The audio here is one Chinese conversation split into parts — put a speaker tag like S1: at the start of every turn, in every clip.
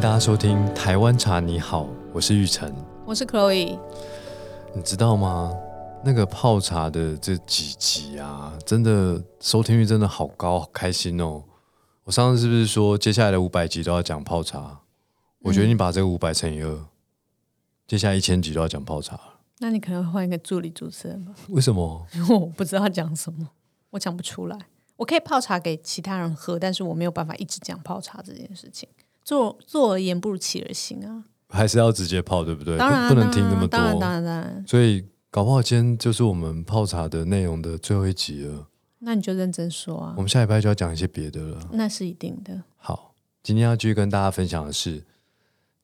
S1: 家收听《台湾茶你好》，我是玉成。
S2: 我是 Chloe，
S1: 你知道吗？那个泡茶的这几集啊，真的收听率真的好高，好开心哦！我上次是不是说接下来的五百集都要讲泡茶？我决定把这个五百乘以二，接下来一千集都要讲泡茶。
S2: 那你可能会换一个助理主持人吧，
S1: 为什么？
S2: 因为我不知道讲什么，我讲不出来。我可以泡茶给其他人喝，但是我没有办法一直讲泡茶这件事情。坐坐而言不如起而行啊！
S1: 还是要直接泡，对不对？
S2: 当然啊，
S1: 不不能听那么
S2: 当然，当
S1: 多。
S2: 然，当然当然。
S1: 所以搞不好今天就是我们泡茶的内容的最后一集了。
S2: 那你就认真说啊
S1: 我，们下礼拜就要讲一些别的了。
S2: 那是一定的。
S1: 好，今天要继续跟大家分享的是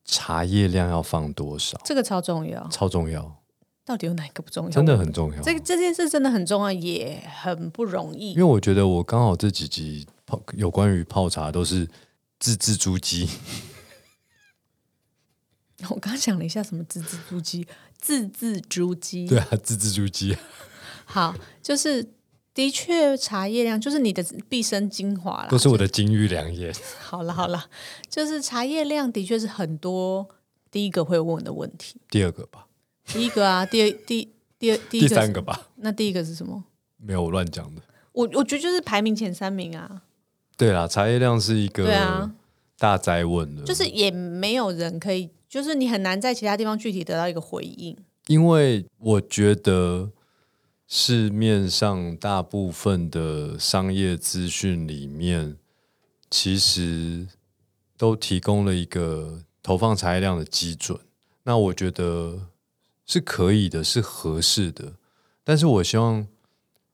S1: 茶叶量要放多少，
S2: 这个超重要，
S1: 超重要，
S2: 到底有哪一个不重要？
S1: 真的，很重要。
S2: 这个这件事真的很重要，也很不容易
S1: 因为。我觉得我刚好这几集泡有关于泡茶都是字字珠玑，
S2: 嗯我刚想了一下，什么字字珠玑，字字珠玑，
S1: 对啊，字字珠 玑，
S2: 好，就是的确茶叶量就是你的毕生精华啦。
S1: 都是我的金玉良言。
S2: 好了好了，就是茶叶量的确是很多第一个会问的问题。
S1: 第二个吧，
S2: 第一个啊， 第二第第二第一
S1: 第
S2: 个
S1: 三
S2: 是
S1: 个吧，
S2: 那第一个是什么？
S1: 没有我乱讲的。
S2: 我我觉得就是排名前三名啊，
S1: 对啦，茶叶量是一
S2: 对啊
S1: 个大灾问了，
S2: 就是也没有人可以，就是你很难在其他地方具体得到一个回应。
S1: 因为我觉得市面上大部分的商业资讯里面，其实都提供了一个投放茶叶量的基准。那我觉得是可以的，是合适的。但是我希望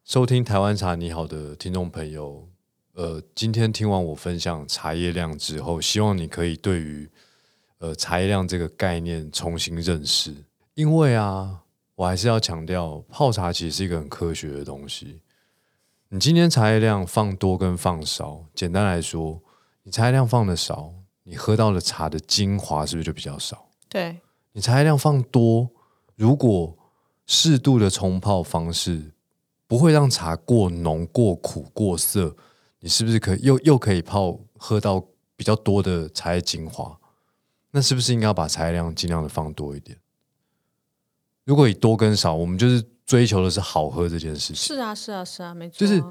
S1: 收听《台湾茶你好》的听众朋友，呃，今天听完我分享茶叶量之后，希望你可以对于呃茶叶量这个概念重新认识。因为啊，我还是要强调，泡茶其实是一个很科学的东西。你今天茶叶量放多跟放少，简单来说，你茶叶量放的少，你喝到的茶的精华是不是就比较少？
S2: 对，
S1: 你茶叶量放多，如果适度的冲泡方式不会让茶过浓、过苦、过涩，你是不是可以又又可以泡喝到比较多的茶叶精华？那是不是应该要把茶叶量尽量的放多一点？如果以多跟少，我们就是追求的是好喝这件事情。
S2: 是啊是啊是啊，没错啊，
S1: 就是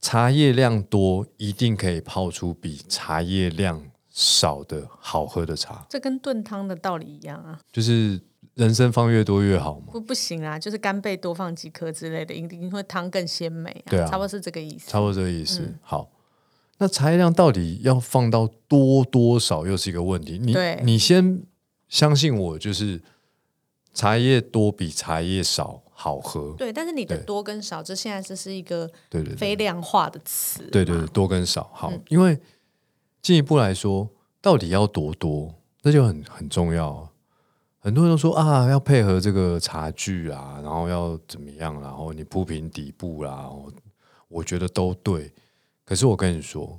S1: 茶叶量多，一定可以泡出比茶叶量少的好喝的茶，
S2: 这跟炖汤的道理一样啊。
S1: 就是人生放越多越好嘛。
S2: 不不行啦，就是干贝多放几颗之类的，一定会汤更鲜美啊。
S1: 对啊
S2: 差不多是这个意思。
S1: 差不多这个意思。好，那茶叶量到底要放到多多少，又是一个问题。你
S2: 对
S1: 你先相信我，就是茶叶多比茶叶少好喝。
S2: 对，但是你的
S1: 对
S2: 多跟少，这现在这是一个
S1: 对对对
S2: 非量化的词。
S1: 对对，对，多跟少好，因为进一步来说，到底要多多，那就很很重要啊、很多人都说啊，要配合这个茶具啊，然后要怎么样，然后你铺平底部啦、我我觉得都对。可是我跟你说，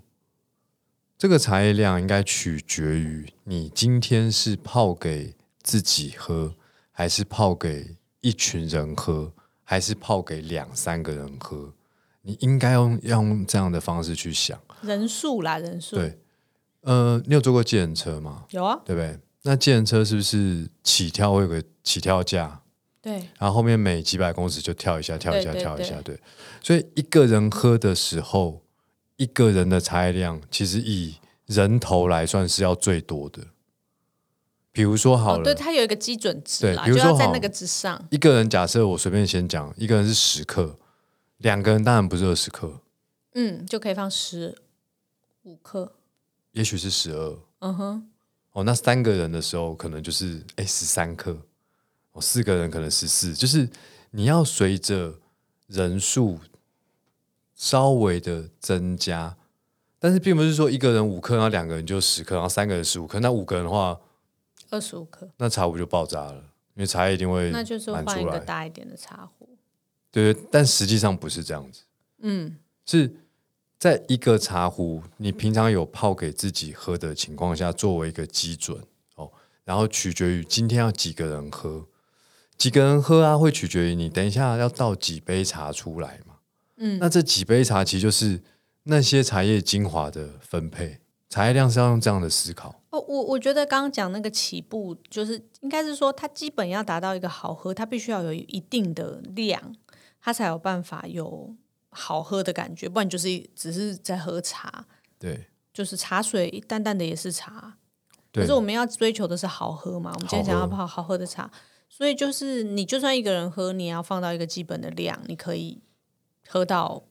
S1: 这个茶叶量应该取决于你今天是泡给自己喝，还是泡给一群人喝，还是泡给两三个人喝。你应该用要用这样的方式去想。
S2: 人数啦，人数
S1: 对，呃，你有坐过计程车吗？
S2: 有啊，
S1: 对不对？那计程车是不是起跳会有个起跳价？
S2: 对
S1: 然后后面每几百公尺就跳一下，跳一下，
S2: 对对
S1: 跳一下，对。所以一个人喝的时候，一个人的茶叶量其实以人头来算是要最多的。比如说好
S2: 哦，
S1: 了，
S2: 对，它有一个基准值
S1: 对
S2: 啦，
S1: 比
S2: 就
S1: 如
S2: 要
S1: 说
S2: 在
S1: 好
S2: 那个之上。
S1: 一个人假设我随便先讲，一个人是十克，两个人当然不是二十克，
S2: 嗯，就可以放十五克。
S1: 也许是十二，
S2: 嗯哼，
S1: 哦，那三个人的时候可能就是哎十三颗，哦，四个人可能十四，就是你要随着人数稍微的增加，但是并不是说一个人五颗，然后两个人就十颗，然后三个人十五颗，那五个人的话，
S2: 二十五克，
S1: 那茶壶就爆炸了，因为茶叶一定会
S2: 那就是
S1: 满
S2: 换一
S1: 出
S2: 个
S1: 来，
S2: 大一点的茶壶。
S1: 对对，但实际上不是这样子，
S2: 嗯，
S1: 是在一个茶壶，你平常有泡给自己喝的情况下，作为一个基准哦，然后取决于今天要几个人喝，几个人喝啊，会取决于你等一下要倒几杯茶出来嘛。
S2: 嗯
S1: 那这几杯茶其实就是那些茶叶精华的分配。产业量是要用这样的思考。
S2: 哦，我我觉得刚刚讲那个起步，就是应该是说，它基本要达到一个好喝，它必须要有一定的量，它才有办法有好喝的感觉，不然就是只是在喝茶，
S1: 对，
S2: 就是茶水淡淡的也是茶。可
S1: 对
S2: 是，我们要追求的是好喝嘛，我们今天想要
S1: 好喝
S2: 泡好喝的茶，所以就是你就算一个人喝，你也要放到一个基本的量，你可以喝到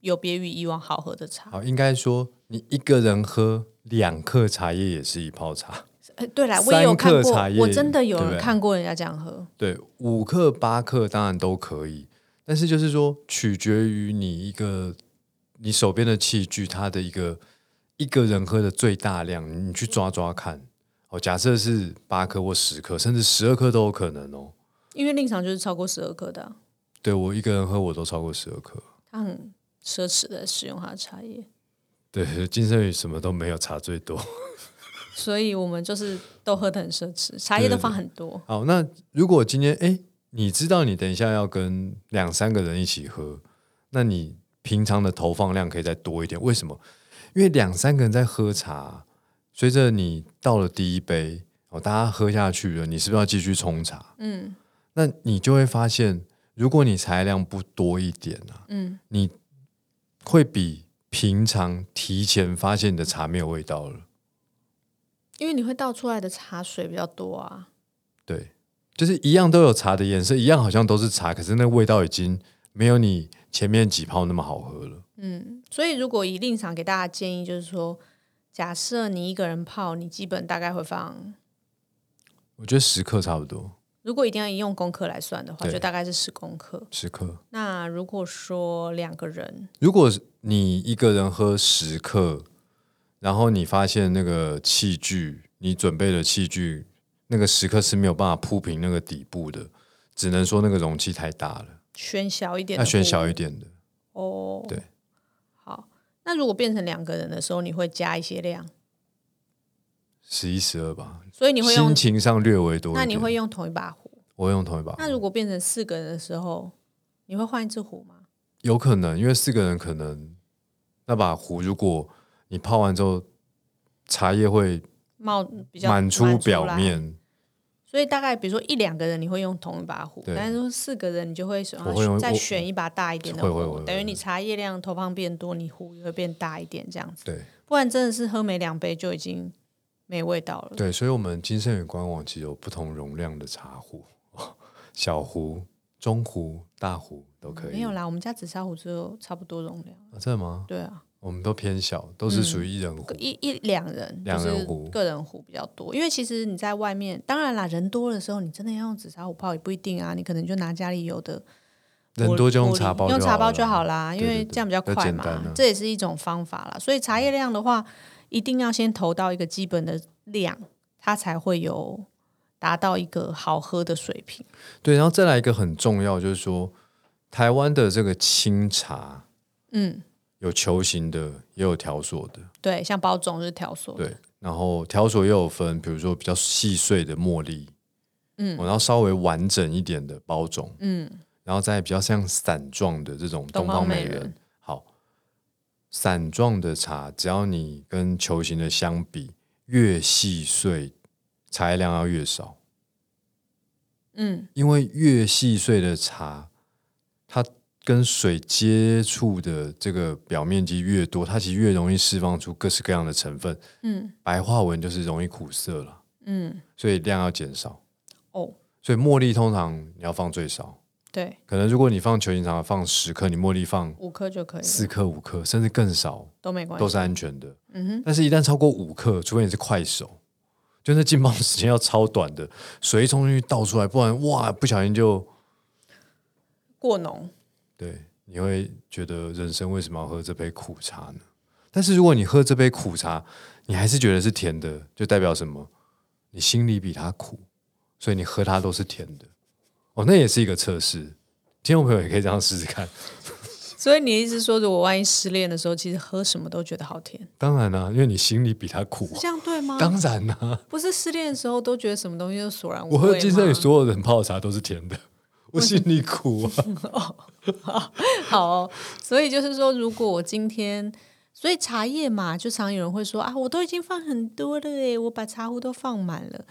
S2: 有别于以往好喝的茶。
S1: 好，应该说你一个人喝两克茶叶也是一泡茶，
S2: 呃，对啦，我也有
S1: 三克
S2: 看过
S1: 茶，叶
S2: 我真的有
S1: 对不
S2: 人
S1: 对
S2: 看过人家这样喝。
S1: 对，五克八克当然都可以，但是就是说取决于你一个你手边的器具，它的一个一个人喝的最大量，你去抓抓看。哦，假设是八克或十克，甚至十二克都有可能哦。
S2: 因为令场就是超过十二克的啊、
S1: 对我一个人喝，我都超过十二克。
S2: 他很奢侈的使用他的茶叶，
S1: 对，金圣宇什么都没有，茶最多。
S2: 所以我们就是都喝的很奢侈，茶叶都放很多。
S1: 好，那如果今天哎，你知道你等一下要跟两三个人一起喝，那你平常的投放量可以再多一点。为什么？因为两三个人在喝茶，随着你倒了第一杯，哦，大家喝下去了，你是不是要继续冲茶？
S2: 嗯
S1: 那你就会发现，如果你茶量不多一点啊，
S2: 嗯，
S1: 你会比平常提前发现你的茶没有味道了。
S2: 因为你会倒出来的茶水比较多啊。
S1: 对，就是一样都有茶的颜色，一样好像都是茶，可是那味道已经没有你前面几泡那么好喝了。
S2: 嗯，所以如果以令场给大家建议，就是说，假设你一个人泡，你基本大概会放，
S1: 我觉得十克差不多，
S2: 如果一定要用公克来算的话，
S1: 对
S2: 就大概是十公克。
S1: 十克。
S2: 那如果说两个人，
S1: 如果你一个人喝十克，然后你发现那个器具，你准备的器具那个十克是没有办法铺平那个底部的，只能说那个容器太大了，
S2: 选小一点，
S1: 要选小一点的。
S2: 哦。
S1: 对，
S2: 好。那如果变成两个人的时候，你会加一些量，
S1: 十一、十二吧，
S2: 所以你会用
S1: 心情上略微多一点。
S2: 那你会用同一把壶？
S1: 我会用同一把，
S2: 那如果变成四个人的时候，你会换一只壶吗？
S1: 有可能，因为四个人可能那把壶，如果你泡完之后，茶叶会
S2: 冒比较
S1: 嗯满出
S2: 来
S1: 表，面，
S2: 所以大概比如说一两个人你会用同一把壶，
S1: 对
S2: 但是说四个人你就会选
S1: 我会用
S2: 再
S1: 我
S2: 选一把大一点的
S1: 会会会
S2: 壶，
S1: 会
S2: 等于你茶叶量投放变多，你壶也会变大一点这样子。
S1: 对
S2: 不然真的是喝没两杯就已经没味道了。
S1: 对，所以我们金盛宇官网其实有不同容量的茶壶， 小壶、中壶、大壶都可以。
S2: 没有啦，我们家紫砂壶只有差不多容量。
S1: 啊真的吗？
S2: 对啊，
S1: 我们都偏小，都是
S2: 嗯
S1: 属于一人壶。
S2: 一一两人就
S1: 两人
S2: 是
S1: 壶
S2: 个人壶比较多，因为其实你在外面，当然啦，人多的时候，你真的要用紫砂壶泡也不一定啊，你可能就拿家里有的
S1: 人多就用
S2: 玻璃
S1: 茶包，
S2: 用茶包就
S1: 好了。
S2: 好啦，因
S1: 对
S2: 为
S1: 对对
S2: 这样比较快嘛，
S1: 比较简单啊
S2: 这也是一种方法啦。所以茶叶量的话，一定要先投到一个基本的量，它才会有达到一个好喝的水平。
S1: 对，然后再来一个很重要，就是说台湾的这个清茶
S2: 嗯，
S1: 有球形的，也有条索的。
S2: 对，像包种就是条索，
S1: 对，然后条索也有分，比如说比较细碎的茉莉，
S2: 嗯
S1: 哦，然后稍微完整一点的包种，
S2: 嗯，
S1: 然后再比较像伞状的这种东
S2: 东方
S1: 方美
S2: 美
S1: 人。
S2: 人
S1: 好，伞状的茶，只要你跟球形的相比，越细碎，茶叶量要越少，
S2: 嗯，
S1: 因为越细碎的茶，它跟水接触的这个表面积越多，它其实越容易释放出各式各样的成分。
S2: 嗯，
S1: 白话文就是容易苦涩了。
S2: 嗯，
S1: 所以量要减少。
S2: 哦，
S1: 所以茉莉通常你要放最少，
S2: 对，
S1: 可能如果你放球形茶放十克，你茉莉放
S2: 五克就可以
S1: 四
S2: 了，
S1: 克、五克，甚至更少，
S2: 都没关
S1: 都
S2: 系。
S1: 是安全的。
S2: 嗯哼，
S1: 但是，一旦超过五克，除非你是快手，就那浸泡时间要超短的，水一冲进去倒出来，不然哇，不小心就
S2: 过浓，
S1: 对，你会觉得人生为什么要喝这杯苦茶呢？但是如果你喝这杯苦茶，你还是觉得是甜的，就代表什么？你心里比它苦，所以你喝它都是甜的。哦，那也是一个测试，听众朋友也可以这样试试看。
S2: 所以你的意思是说，如果万一失恋的时候，其实喝什么都觉得好甜，
S1: 当然啊啦、因为你心里比它苦
S2: 是
S1: 啊、
S2: 这样对吗？
S1: 当然啦、
S2: 不是失恋的时候都觉得什么东西都索然无味
S1: 我喝金圣宇
S2: 吗
S1: 所有人泡的茶都是甜的，我心里苦啊。
S2: 好、哦，所以就是说，如果我今天所以茶叶嘛，就常有人会说啊，我都已经放很多了诶，我把茶壶都放满了。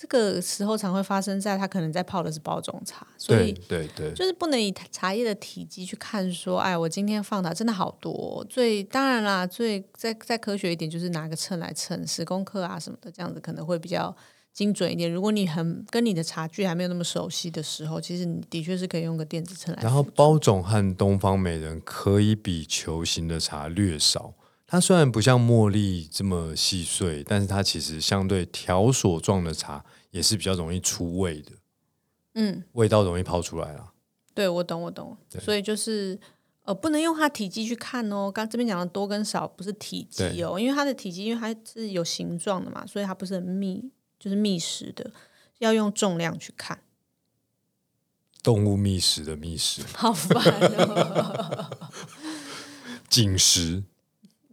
S2: 这个时候常会发生在他可能在泡的是包种茶，所
S1: 对
S2: 以
S1: 对对，
S2: 就是不能以茶叶的体积去看说，哎，我今天放的真的好多哦、最当然啦，最再再科学一点，就是拿个秤来称十公克啊什么的，这样子可能会比较精准一点。如果你很跟你的茶具还没有那么熟悉的时候，其实你的确是可以用个电子秤来。
S1: 然后包种和东方美人可以比球形的茶略少。它虽然不像茉莉这么细碎，但是它其实相对条索状的茶也是比较容易出味的，
S2: 嗯，
S1: 味道容易泡出来啊啦。
S2: 对，我懂，我懂。所以就是呃，不能用它体积去看哦。刚这边讲的多跟少不是体积哦，因为它的体积，因为它是有形状的嘛，所以它不是很密，就是密实的，要用重量去看。
S1: 动物觅食的觅 食，
S2: 好烦哦！
S1: 紧实，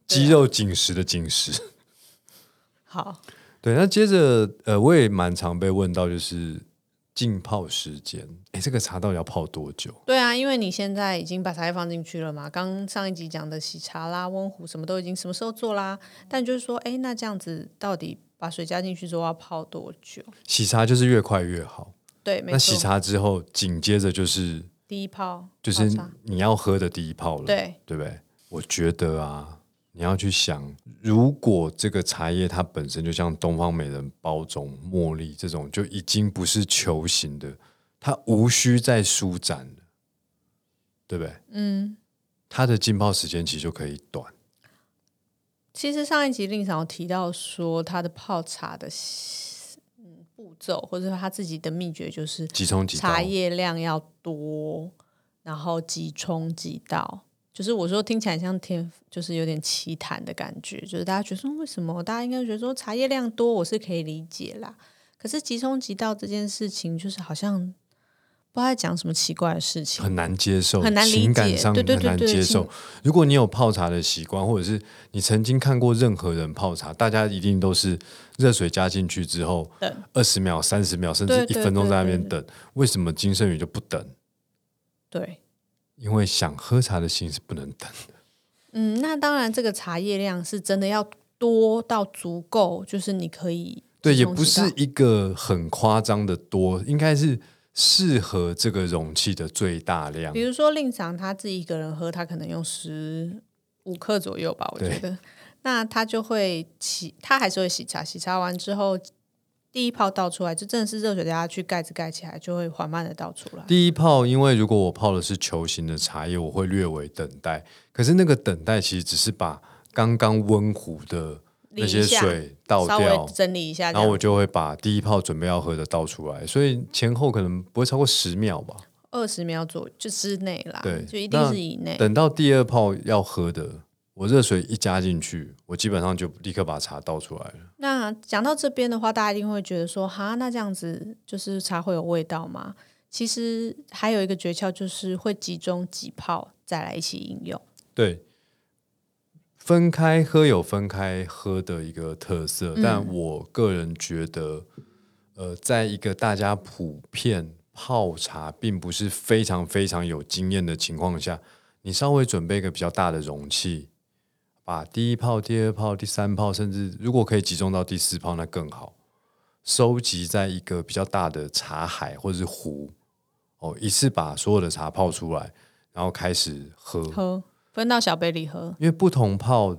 S1: 肌肉紧实的紧实。
S2: 好，
S1: 对，那接着呃，我也蛮常被问到，就是浸泡时间，哎，这个茶到底要泡多久？
S2: 对啊，因为你现在已经把茶叶放进去了嘛，刚上一集讲的喜茶啦、温壶什么都已经什么时候做啦，但就是说，哎，那这样子到底把水加进去之后要泡多久？
S1: 洗茶就是越快越好。
S2: 对，没
S1: 那洗
S2: 错，
S1: 茶之后，紧接着就是
S2: 第一泡
S1: 就是
S2: 泡茶
S1: 你要喝的第一泡了，
S2: 对
S1: 对不对？我觉得啊，你要去想，如果这个茶叶它本身就像东方美人、包种、茉莉这种，就已经不是球形的，它无需再舒展了，对不对？
S2: 嗯。
S1: 它的浸泡时间其实就可以短。
S2: 其实上一集令嫂有提到说，他的泡茶的嗯步骤，或者说他自己的秘诀就是
S1: 几冲几
S2: 茶
S1: 倒
S2: 叶量要多，然后几冲几倒。就是我说听起来像天，就是有点奇谈的感觉。就是大家觉得说为什么？大家应该觉得说茶叶量多，我是可以理解啦。可是集冲集倒这件事情，就是好像不知道在讲什么奇怪的事情。
S1: 很难接受，
S2: 很难理解
S1: 情感上
S2: 对对
S1: 很
S2: 对
S1: 难
S2: 对
S1: 接
S2: 情
S1: 受。如果你有泡茶的习惯，或者是你曾经看过任何人泡茶，大家一定都是热水加进去之后
S2: 等，
S1: 二十秒、三十秒，甚至
S2: 对
S1: 一
S2: 对
S1: 分钟
S2: 对
S1: 在那边
S2: 对
S1: 等。为什么金圣宇就不等？
S2: 对，
S1: 因为想喝茶的心是不能等的。
S2: 嗯，那当然，这个茶叶量是真的要多到足够，就是你可以
S1: 对，
S2: 集
S1: 也
S2: 中
S1: 不
S2: 集
S1: 是
S2: 到
S1: 一个很夸张的多，应该是适合这个容器的最大量
S2: 比。如说令长他自己一个人喝，他可能用十五克左右吧，我觉
S1: 对
S2: 得。那他就会洗，他还是会洗茶，洗茶完之后，第一泡倒出来，就真的是热水加下去，盖子盖起来，就会缓慢的倒出来。
S1: 第一泡，因为如果我泡的是球形的茶叶，我会略微等待。可是那个等待其实只是把刚刚温壶的那些
S2: 理一下
S1: 水倒
S2: 稍微
S1: 掉，
S2: 整理一下，这
S1: 然后我
S2: 样
S1: 就会把第一泡准备要喝的倒出来，所以前后可能不会超过十秒吧。
S2: 二十秒左右就之内啦，
S1: 对
S2: 就一
S1: 那
S2: 定是以内。
S1: 等到第二泡要喝的，我热水一加进去，我基本上就立刻把茶倒出来了。
S2: 那讲到这边的话，大家一定会觉得说，哈，那这样子就是茶会有味道吗？其实还有一个诀窍就是会集中几泡再来一起饮用。
S1: 对，分开喝有分开喝的一个特色，
S2: 嗯
S1: 但我个人觉得，呃，在一个大家普遍泡茶并不是非常非常有经验的情况下，你稍微准备一个比较大的容器，把第一泡、第二泡、第三泡，甚至如果可以集中到第四泡，那更好。收集在一个比较大的茶海或者是壶，哦，一次把所有的茶泡出来，然后开始
S2: 喝，分到小杯里喝。
S1: 因为不同泡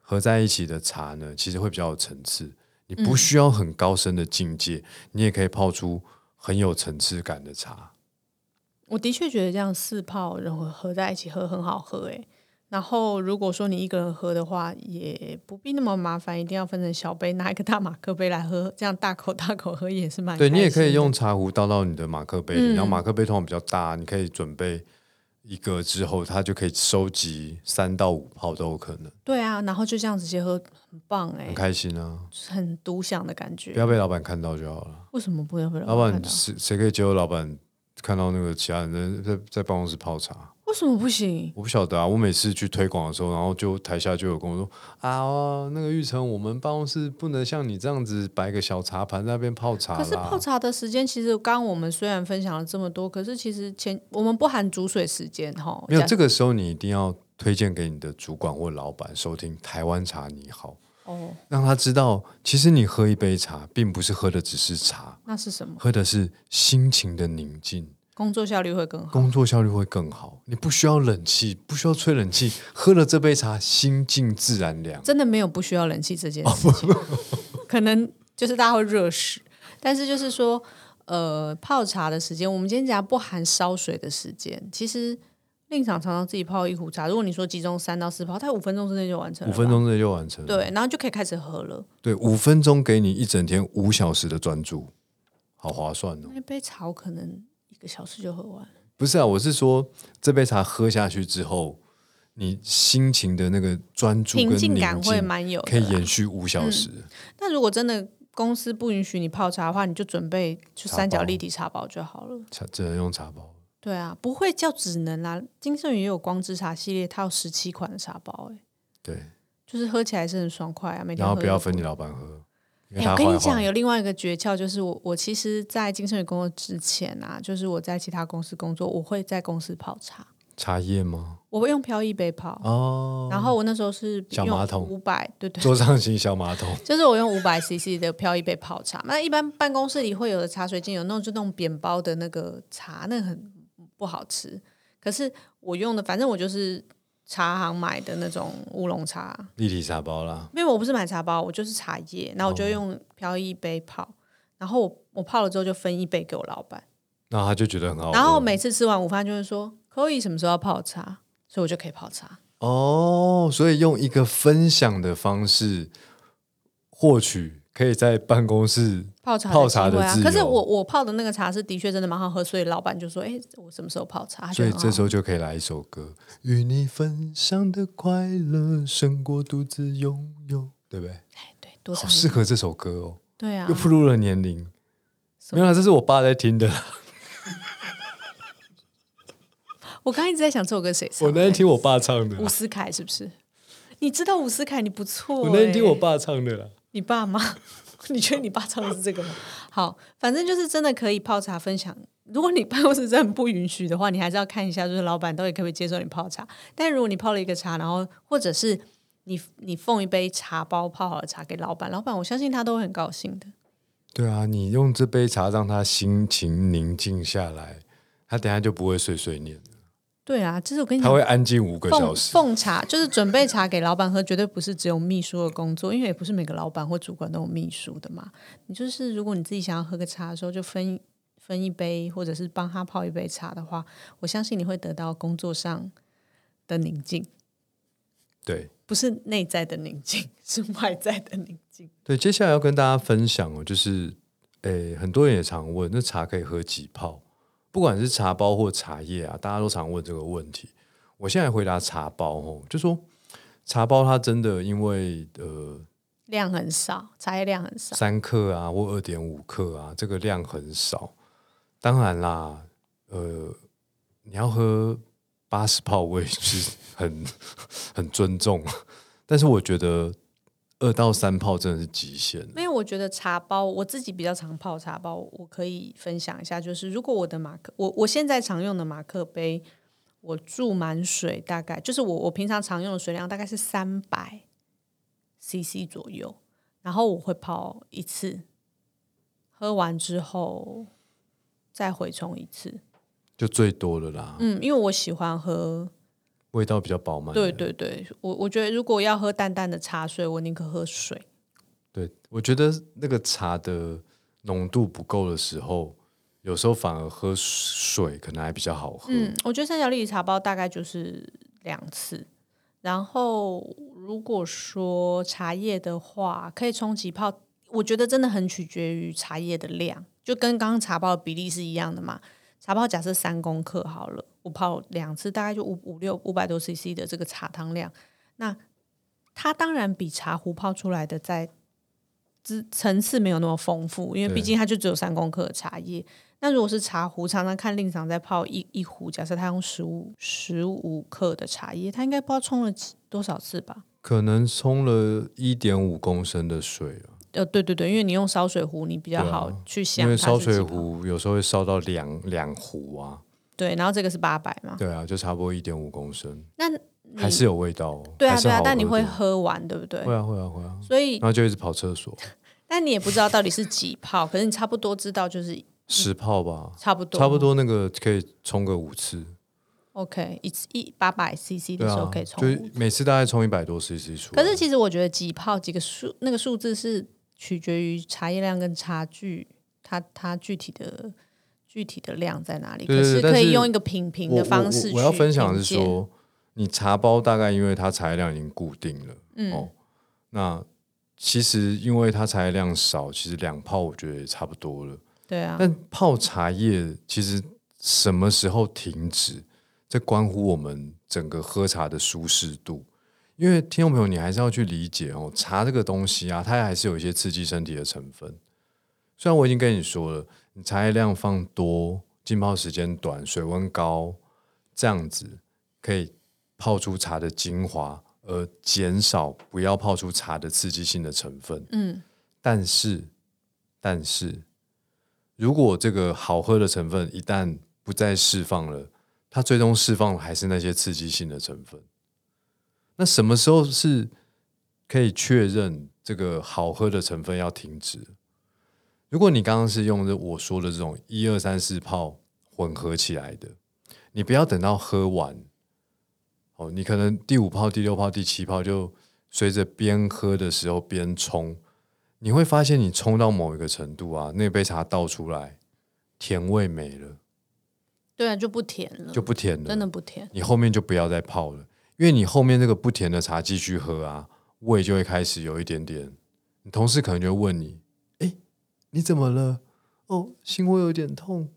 S1: 合在一起的茶呢，其实会比较有层次。你不
S2: 嗯
S1: 需要很高深的境界，你也可以泡出很有层次感的茶。
S2: 我的确觉得这样四泡然后合在一起喝很好喝诶、然后如果说你一个人喝的话，也不必那么麻烦，一定要分成小杯，拿一个大马克杯来喝，这样大口大口喝也是蛮
S1: 对你也
S2: 开心
S1: 可以
S2: 的
S1: 用茶壶倒到你的马克杯里，
S2: 嗯
S1: 然后马克杯通常比较大，你可以准备一个之后，它就可以收集三到五泡都有可能，
S2: 对啊，然后就这样直接喝，很棒诶、
S1: 很开心啊！
S2: 就是很独享的感
S1: 不
S2: 觉。
S1: 要被老板看到就好了。
S2: 为什么不要被
S1: 老板
S2: 看到
S1: 谁谁可以接受老板看到那个其他人在在在办公室泡茶？
S2: 为什么不行？
S1: 我不晓得啊，我每次去推广的时候，然后就台下就有跟我说啊，那个玉成，我们办公室不能像你这样子摆个小茶盘在那边泡茶啦。
S2: 可是泡茶的时间，其实刚刚我们虽然分享了这么多，可是其实前我们不含煮水时间哈。
S1: 没有
S2: 假
S1: 这个时候，你一定要推荐给你的主管或老板收听《台湾茶你好》，
S2: 哦，
S1: 让他知道，其实你喝一杯茶，并不是喝的只是茶，
S2: 那是什么？
S1: 喝的是心情的宁静。
S2: 工作效率会更 好。
S1: 工作效率会更好。你不需要冷气，不需要吹冷气，喝了这杯茶，心静自然凉。
S2: 真的没有不需要冷气这件事
S1: 哦
S2: 情，可能就是大家会热死。但是就是说，呃，泡茶的时间，我们今天讲不含烧水的时间，其实令场常常自己泡一壶茶。如果你说集中三到四泡，它五分钟之内就完成
S1: 五
S2: 了，
S1: 分。钟之内就完成了。
S2: 对，然后就可以开始喝了。
S1: 对，五分钟给你一整天五小时的专注，好划算哦。
S2: 那一杯茶我可能一个小时就喝完了。
S1: 不是啊，我是说这杯茶喝下去之后，你心情的那个专注跟
S2: 平
S1: 宁
S2: 静
S1: 静
S2: 感会蛮有
S1: 可以
S2: 的啦。嗯
S1: 延续五小时。
S2: 但如果真的公司不允许你泡茶的话，你就准备就
S1: 茶
S2: 三角
S1: 包
S2: 立体茶包就好了。
S1: 茶只能用茶包，
S2: 对啊，不会叫只能啦。金圣宇也有光之茶系列，它有十七款的茶包、欸，
S1: 对，
S2: 就是喝起来是很爽快啊。每天
S1: 然后
S2: 喝
S1: 不要
S2: 一
S1: 分
S2: 口
S1: 你老板喝，因为
S2: 哎、
S1: 他
S2: 我跟
S1: 坏
S2: 你讲，
S1: 话。
S2: 有另外一个诀窍，就是我我其实，在金圣宇工作之前啊，就是我在其他公司工作，我会在公司泡茶，
S1: 茶叶吗？
S2: 我会用飘逸杯泡。
S1: 哦，
S2: 然后我那时候是
S1: 小马桶
S2: 五百，对对，
S1: 桌上型小马桶，
S2: 就是我用五百 CC 的飘逸杯泡茶。那一般办公室里会有的茶水间有那种就那种扁包的那个茶，那个很不好吃。可是我用的，反正我就是茶行买的那种乌龙茶，
S1: 立体茶包啦。
S2: 因为我不是买茶包，我就是茶叶，然后我就用飘逸杯泡。然后我我泡了之后就分一杯给我老板，
S1: 然后他就觉得很好喝。
S2: 然后每次吃完午饭就会说 c o 什么时候要泡茶，所以我就可以泡茶。
S1: 哦，所以用一个分享的方式获取可以在办公室
S2: 泡茶
S1: 泡茶
S2: 机
S1: 的
S2: 会啊
S1: 自，由
S2: 可是我我泡的那个茶是的确真的蛮好喝，所以老板就说：“哎、我什么时候泡茶？”他哦觉
S1: 所
S2: 得
S1: 以
S2: 很好
S1: 这时候就可以来一首歌，与你分享的快乐胜过独自拥有，对不对？
S2: 哎，对，多
S1: 好
S2: 少
S1: 适合这首歌哦，
S2: 对啊
S1: 又，暴露了年龄。
S2: 什
S1: 没有啦，这是我爸在听的啦。
S2: 我刚刚一直在想这首歌谁唱的。
S1: 我那天听我爸唱的啦，
S2: 伍思凯是不是？你知道伍思凯，你不错、
S1: 我那天
S2: 哎
S1: 听我爸唱的啦。
S2: 你爸妈， 你觉得你爸唱的是这个 吗？好，反正就是真的可以泡茶分享。如果你办公室真的不允许的话，你还是要看一下，就是老板到底可不可以接受你泡茶。但如果你泡了一个茶，然后或者是你你奉一杯茶包泡好的茶给老板，老板我相信他都会很高兴的。
S1: 对啊，你用这杯茶让他心情宁静下来，他等下就不会碎碎念了，
S2: 对啊，这是我跟你
S1: 他
S2: 讲
S1: 会安静五个小
S2: 奉
S1: 时。
S2: 奉茶就是准备茶给老板喝，绝对不是只有秘书的工作，因为也不是每个老板或主管都有秘书的嘛。你就是如果你自己想要喝个茶的时候，就分分一杯，或者是帮他泡一杯茶的话，我相信你会得到工作上的宁静，
S1: 对，
S2: 不是内在的宁静，是外在的宁静。
S1: 对，接下来要跟大家分享哦，就是，诶，很多人也常问，那茶可以喝几泡？不管是茶包或茶叶啊，大家都常问这个问题。我现在回答茶包哦，就说茶包它真的因为呃
S2: 量很少，茶叶量很少，
S1: 三克啊或二点五克啊，这个量很少。当然啦，呃，你要喝八十泡，我也是很 很尊重，啊但是我觉得二到三泡真的是极限了。
S2: 因为我觉得茶包，我自己比较常泡茶包，我可以分享一下，就是如果我的马克，我我现在常用的马克杯，我注满水大概就是我我平常常用的水量大概是三百 CC 左右，然后我会泡一次，喝完之后再回冲一次。
S1: 就最多了啦，
S2: 嗯，因为我喜欢喝，
S1: 味道比较饱满。
S2: 对对对，我我觉得如果要喝淡淡的茶水，我宁可喝水。
S1: 对，我觉得那个茶的浓度不够的时候，有时候反而喝水可能还比较好喝。
S2: 嗯，我觉得三角立体茶包大概就是两次。然后如果说茶叶的话，可以冲几泡，我觉得真的很取决于茶叶的量，就跟刚刚茶包的比例是一样的嘛。茶包假设三公克好了，我泡两次，大概就五五六五百多 CC 的这个茶汤量，那它当然比茶壶泡出来的在之层次没有那么丰富，因为
S1: 对
S2: 毕竟它就只有三公克的茶叶。那如果是茶壶，常常看令长在泡一一壶，假设他用十五十五克的茶叶，他应该不知道冲了几多少次吧？
S1: 可能冲了一点五公升的水啊，
S2: 呃，对对对，因为你用烧水壶，你比较
S1: 对啊
S2: 好去想、
S1: 因为烧水，壶有时候会烧到两两壶啊，
S2: 对，然后这个是八百嘛，
S1: 对啊，就差不多一点五公升。
S2: 那
S1: 还是有味道哦。
S2: 对啊
S1: 还是
S2: 对
S1: 好
S2: 啊
S1: 喝，的
S2: 但你会喝嗯完对不对？
S1: 会啊会啊会啊，
S2: 所以
S1: 然，后就一直跑厕所，
S2: 但你也不知道到底是几泡，可是你差不多知道就是
S1: 十泡吧，
S2: 差嗯不多，
S1: 差不。多那个可以冲个五次，
S2: OK，一次一八百 CC
S1: 对
S2: 的时候
S1: 啊
S2: 可以，
S1: 就
S2: 冲
S1: 是
S2: 五。
S1: 每次大概冲一百多 CC 出来。
S2: 可是其实我觉得几泡几个数那个数字是取决于茶叶量跟茶具，它它具体的具体的量在哪里。
S1: 对对对
S2: 可
S1: 但
S2: 可
S1: 是
S2: 以用一个品评
S1: 我
S2: 的
S1: 我
S2: 方式
S1: 我
S2: 去
S1: 我要分享的是
S2: 评鉴，
S1: 说，你茶包大概因为它材料已经固定了，
S2: 嗯
S1: 哦，那其实因为它材料量少，其实两泡我觉得也差不多了。
S2: 对啊，
S1: 但泡茶叶其实什么时候停止，这关乎我们整个喝茶的舒适度。因为听众朋友，你还是要去理解哦，茶这个东西啊，它还是有一些刺激身体的成分。虽然我已经跟你说了，你茶叶量放多，浸泡时间短，水温高，这样子可以泡出茶的精华，而减少不要泡出茶的刺激性的成分。
S2: 嗯，
S1: 但是，但是，如果这个好喝的成分一旦不再释放了，它最终释放的还是那些刺激性的成分。那什么时候是可以确认这个好喝的成分要停止？如果你刚刚是用着我说的这种一二三四泡混合起来的，你不要等到喝完哦，你可能第五泡、第六泡、第七泡就随着边喝的时候边冲，你会发现你冲到某一个程度啊，那杯茶倒出来，甜味没了，
S2: 对啊，就不甜了，
S1: 就不甜了。
S2: 真的不甜。
S1: 你后面就不要再泡了，因为你后面那个不甜的茶继续喝啊，胃就会开始有一点点。你同事可能就会问你：“哎，你怎么了？哦，心窝有点痛。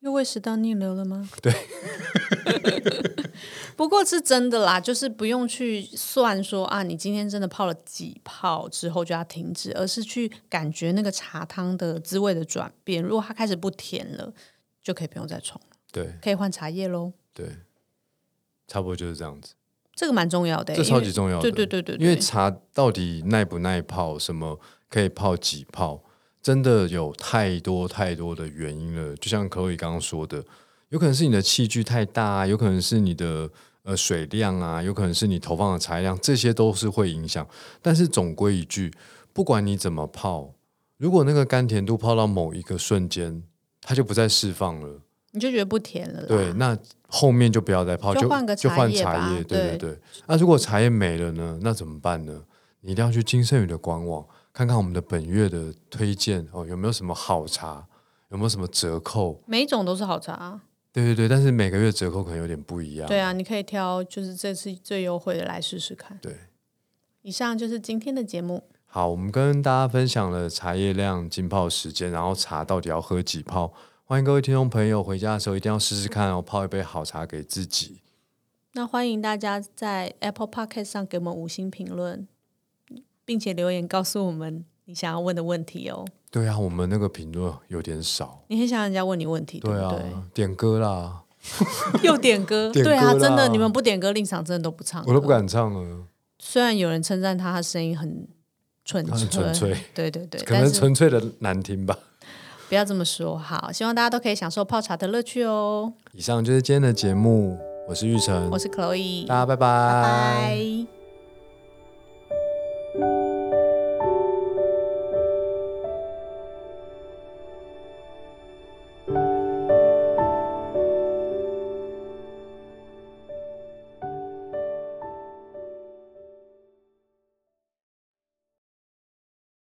S2: 又胃食道逆流 了吗？对。 不过是真的啦，就是不用去算说啊，你今天真的泡了几泡之后就要停止，而是去感觉那个茶汤的滋味的转变。如果它开始不甜了，就可以不用再冲了，
S1: 对”
S2: 可以换茶叶喽。
S1: 对差不多就是这样子，
S2: 这个蛮重要的、
S1: 这
S2: 因为
S1: 超级重要的。
S2: 对对对对
S1: 因
S2: 对，
S1: 为茶到底耐不耐泡，什么可以泡几泡，真的有太多太多的原因了。就像 Chloe 刚刚说的，有可能是你的器具太大、啊，有可能是你的呃水量啊，有可能是你投放的材料，这些都是会影响。但是总归一句，不管你怎么泡，如果那个甘甜度泡到某一个瞬间，它就不再释放了。
S2: 你就觉得不甜了啦。
S1: 对，那后面就不要再泡，
S2: 啊就
S1: 就
S2: 换个
S1: 就
S2: 茶
S1: 换
S2: 叶吧
S1: 茶叶。对
S2: 对
S1: 对对。那如果茶叶没了呢？那怎么办呢？你一定要去金盛宇的官网看看我们的本月的推荐哦，有没有什么好茶，有没有什么折扣？
S2: 每一种都是好茶、啊。
S1: 对对对，但是每个月折扣可能有点不一样。
S2: 对啊，你可以挑就是这次最优惠的来试试看。
S1: 对
S2: 以上就是今天的节目。
S1: 好，我们跟大家分享了茶叶量、浸泡时间，然后茶到底要喝几泡。欢迎各位听众朋友回家的时候一定要试试看哦，泡一杯好茶给自己。
S2: 那欢迎大家在 Apple Podcast 上给我们五星评论，并且留言告诉我们你想要问的问题哦。
S1: 对啊，我们那个评论有点少。
S2: 你很想人家问你问题，对
S1: 对
S2: 不对？
S1: 啊，点歌啦。
S2: 又点歌，
S1: 点歌
S2: 对
S1: 啦
S2: 啊，真的，你们不点歌，令赏真的都不唱，
S1: 我都不。敢唱了，
S2: 虽然有人称赞他，他声音很纯
S1: 他很纯粹，
S2: 对对对，
S1: 可
S2: 但
S1: 能
S2: 是
S1: 纯粹的难听吧。
S2: 不要这么说。好，希望大家都可以享受泡茶的乐趣哦。
S1: 以上就是今天的节目，我是玉成
S2: 我，是 Chloe，
S1: 大家拜
S2: 拜拜。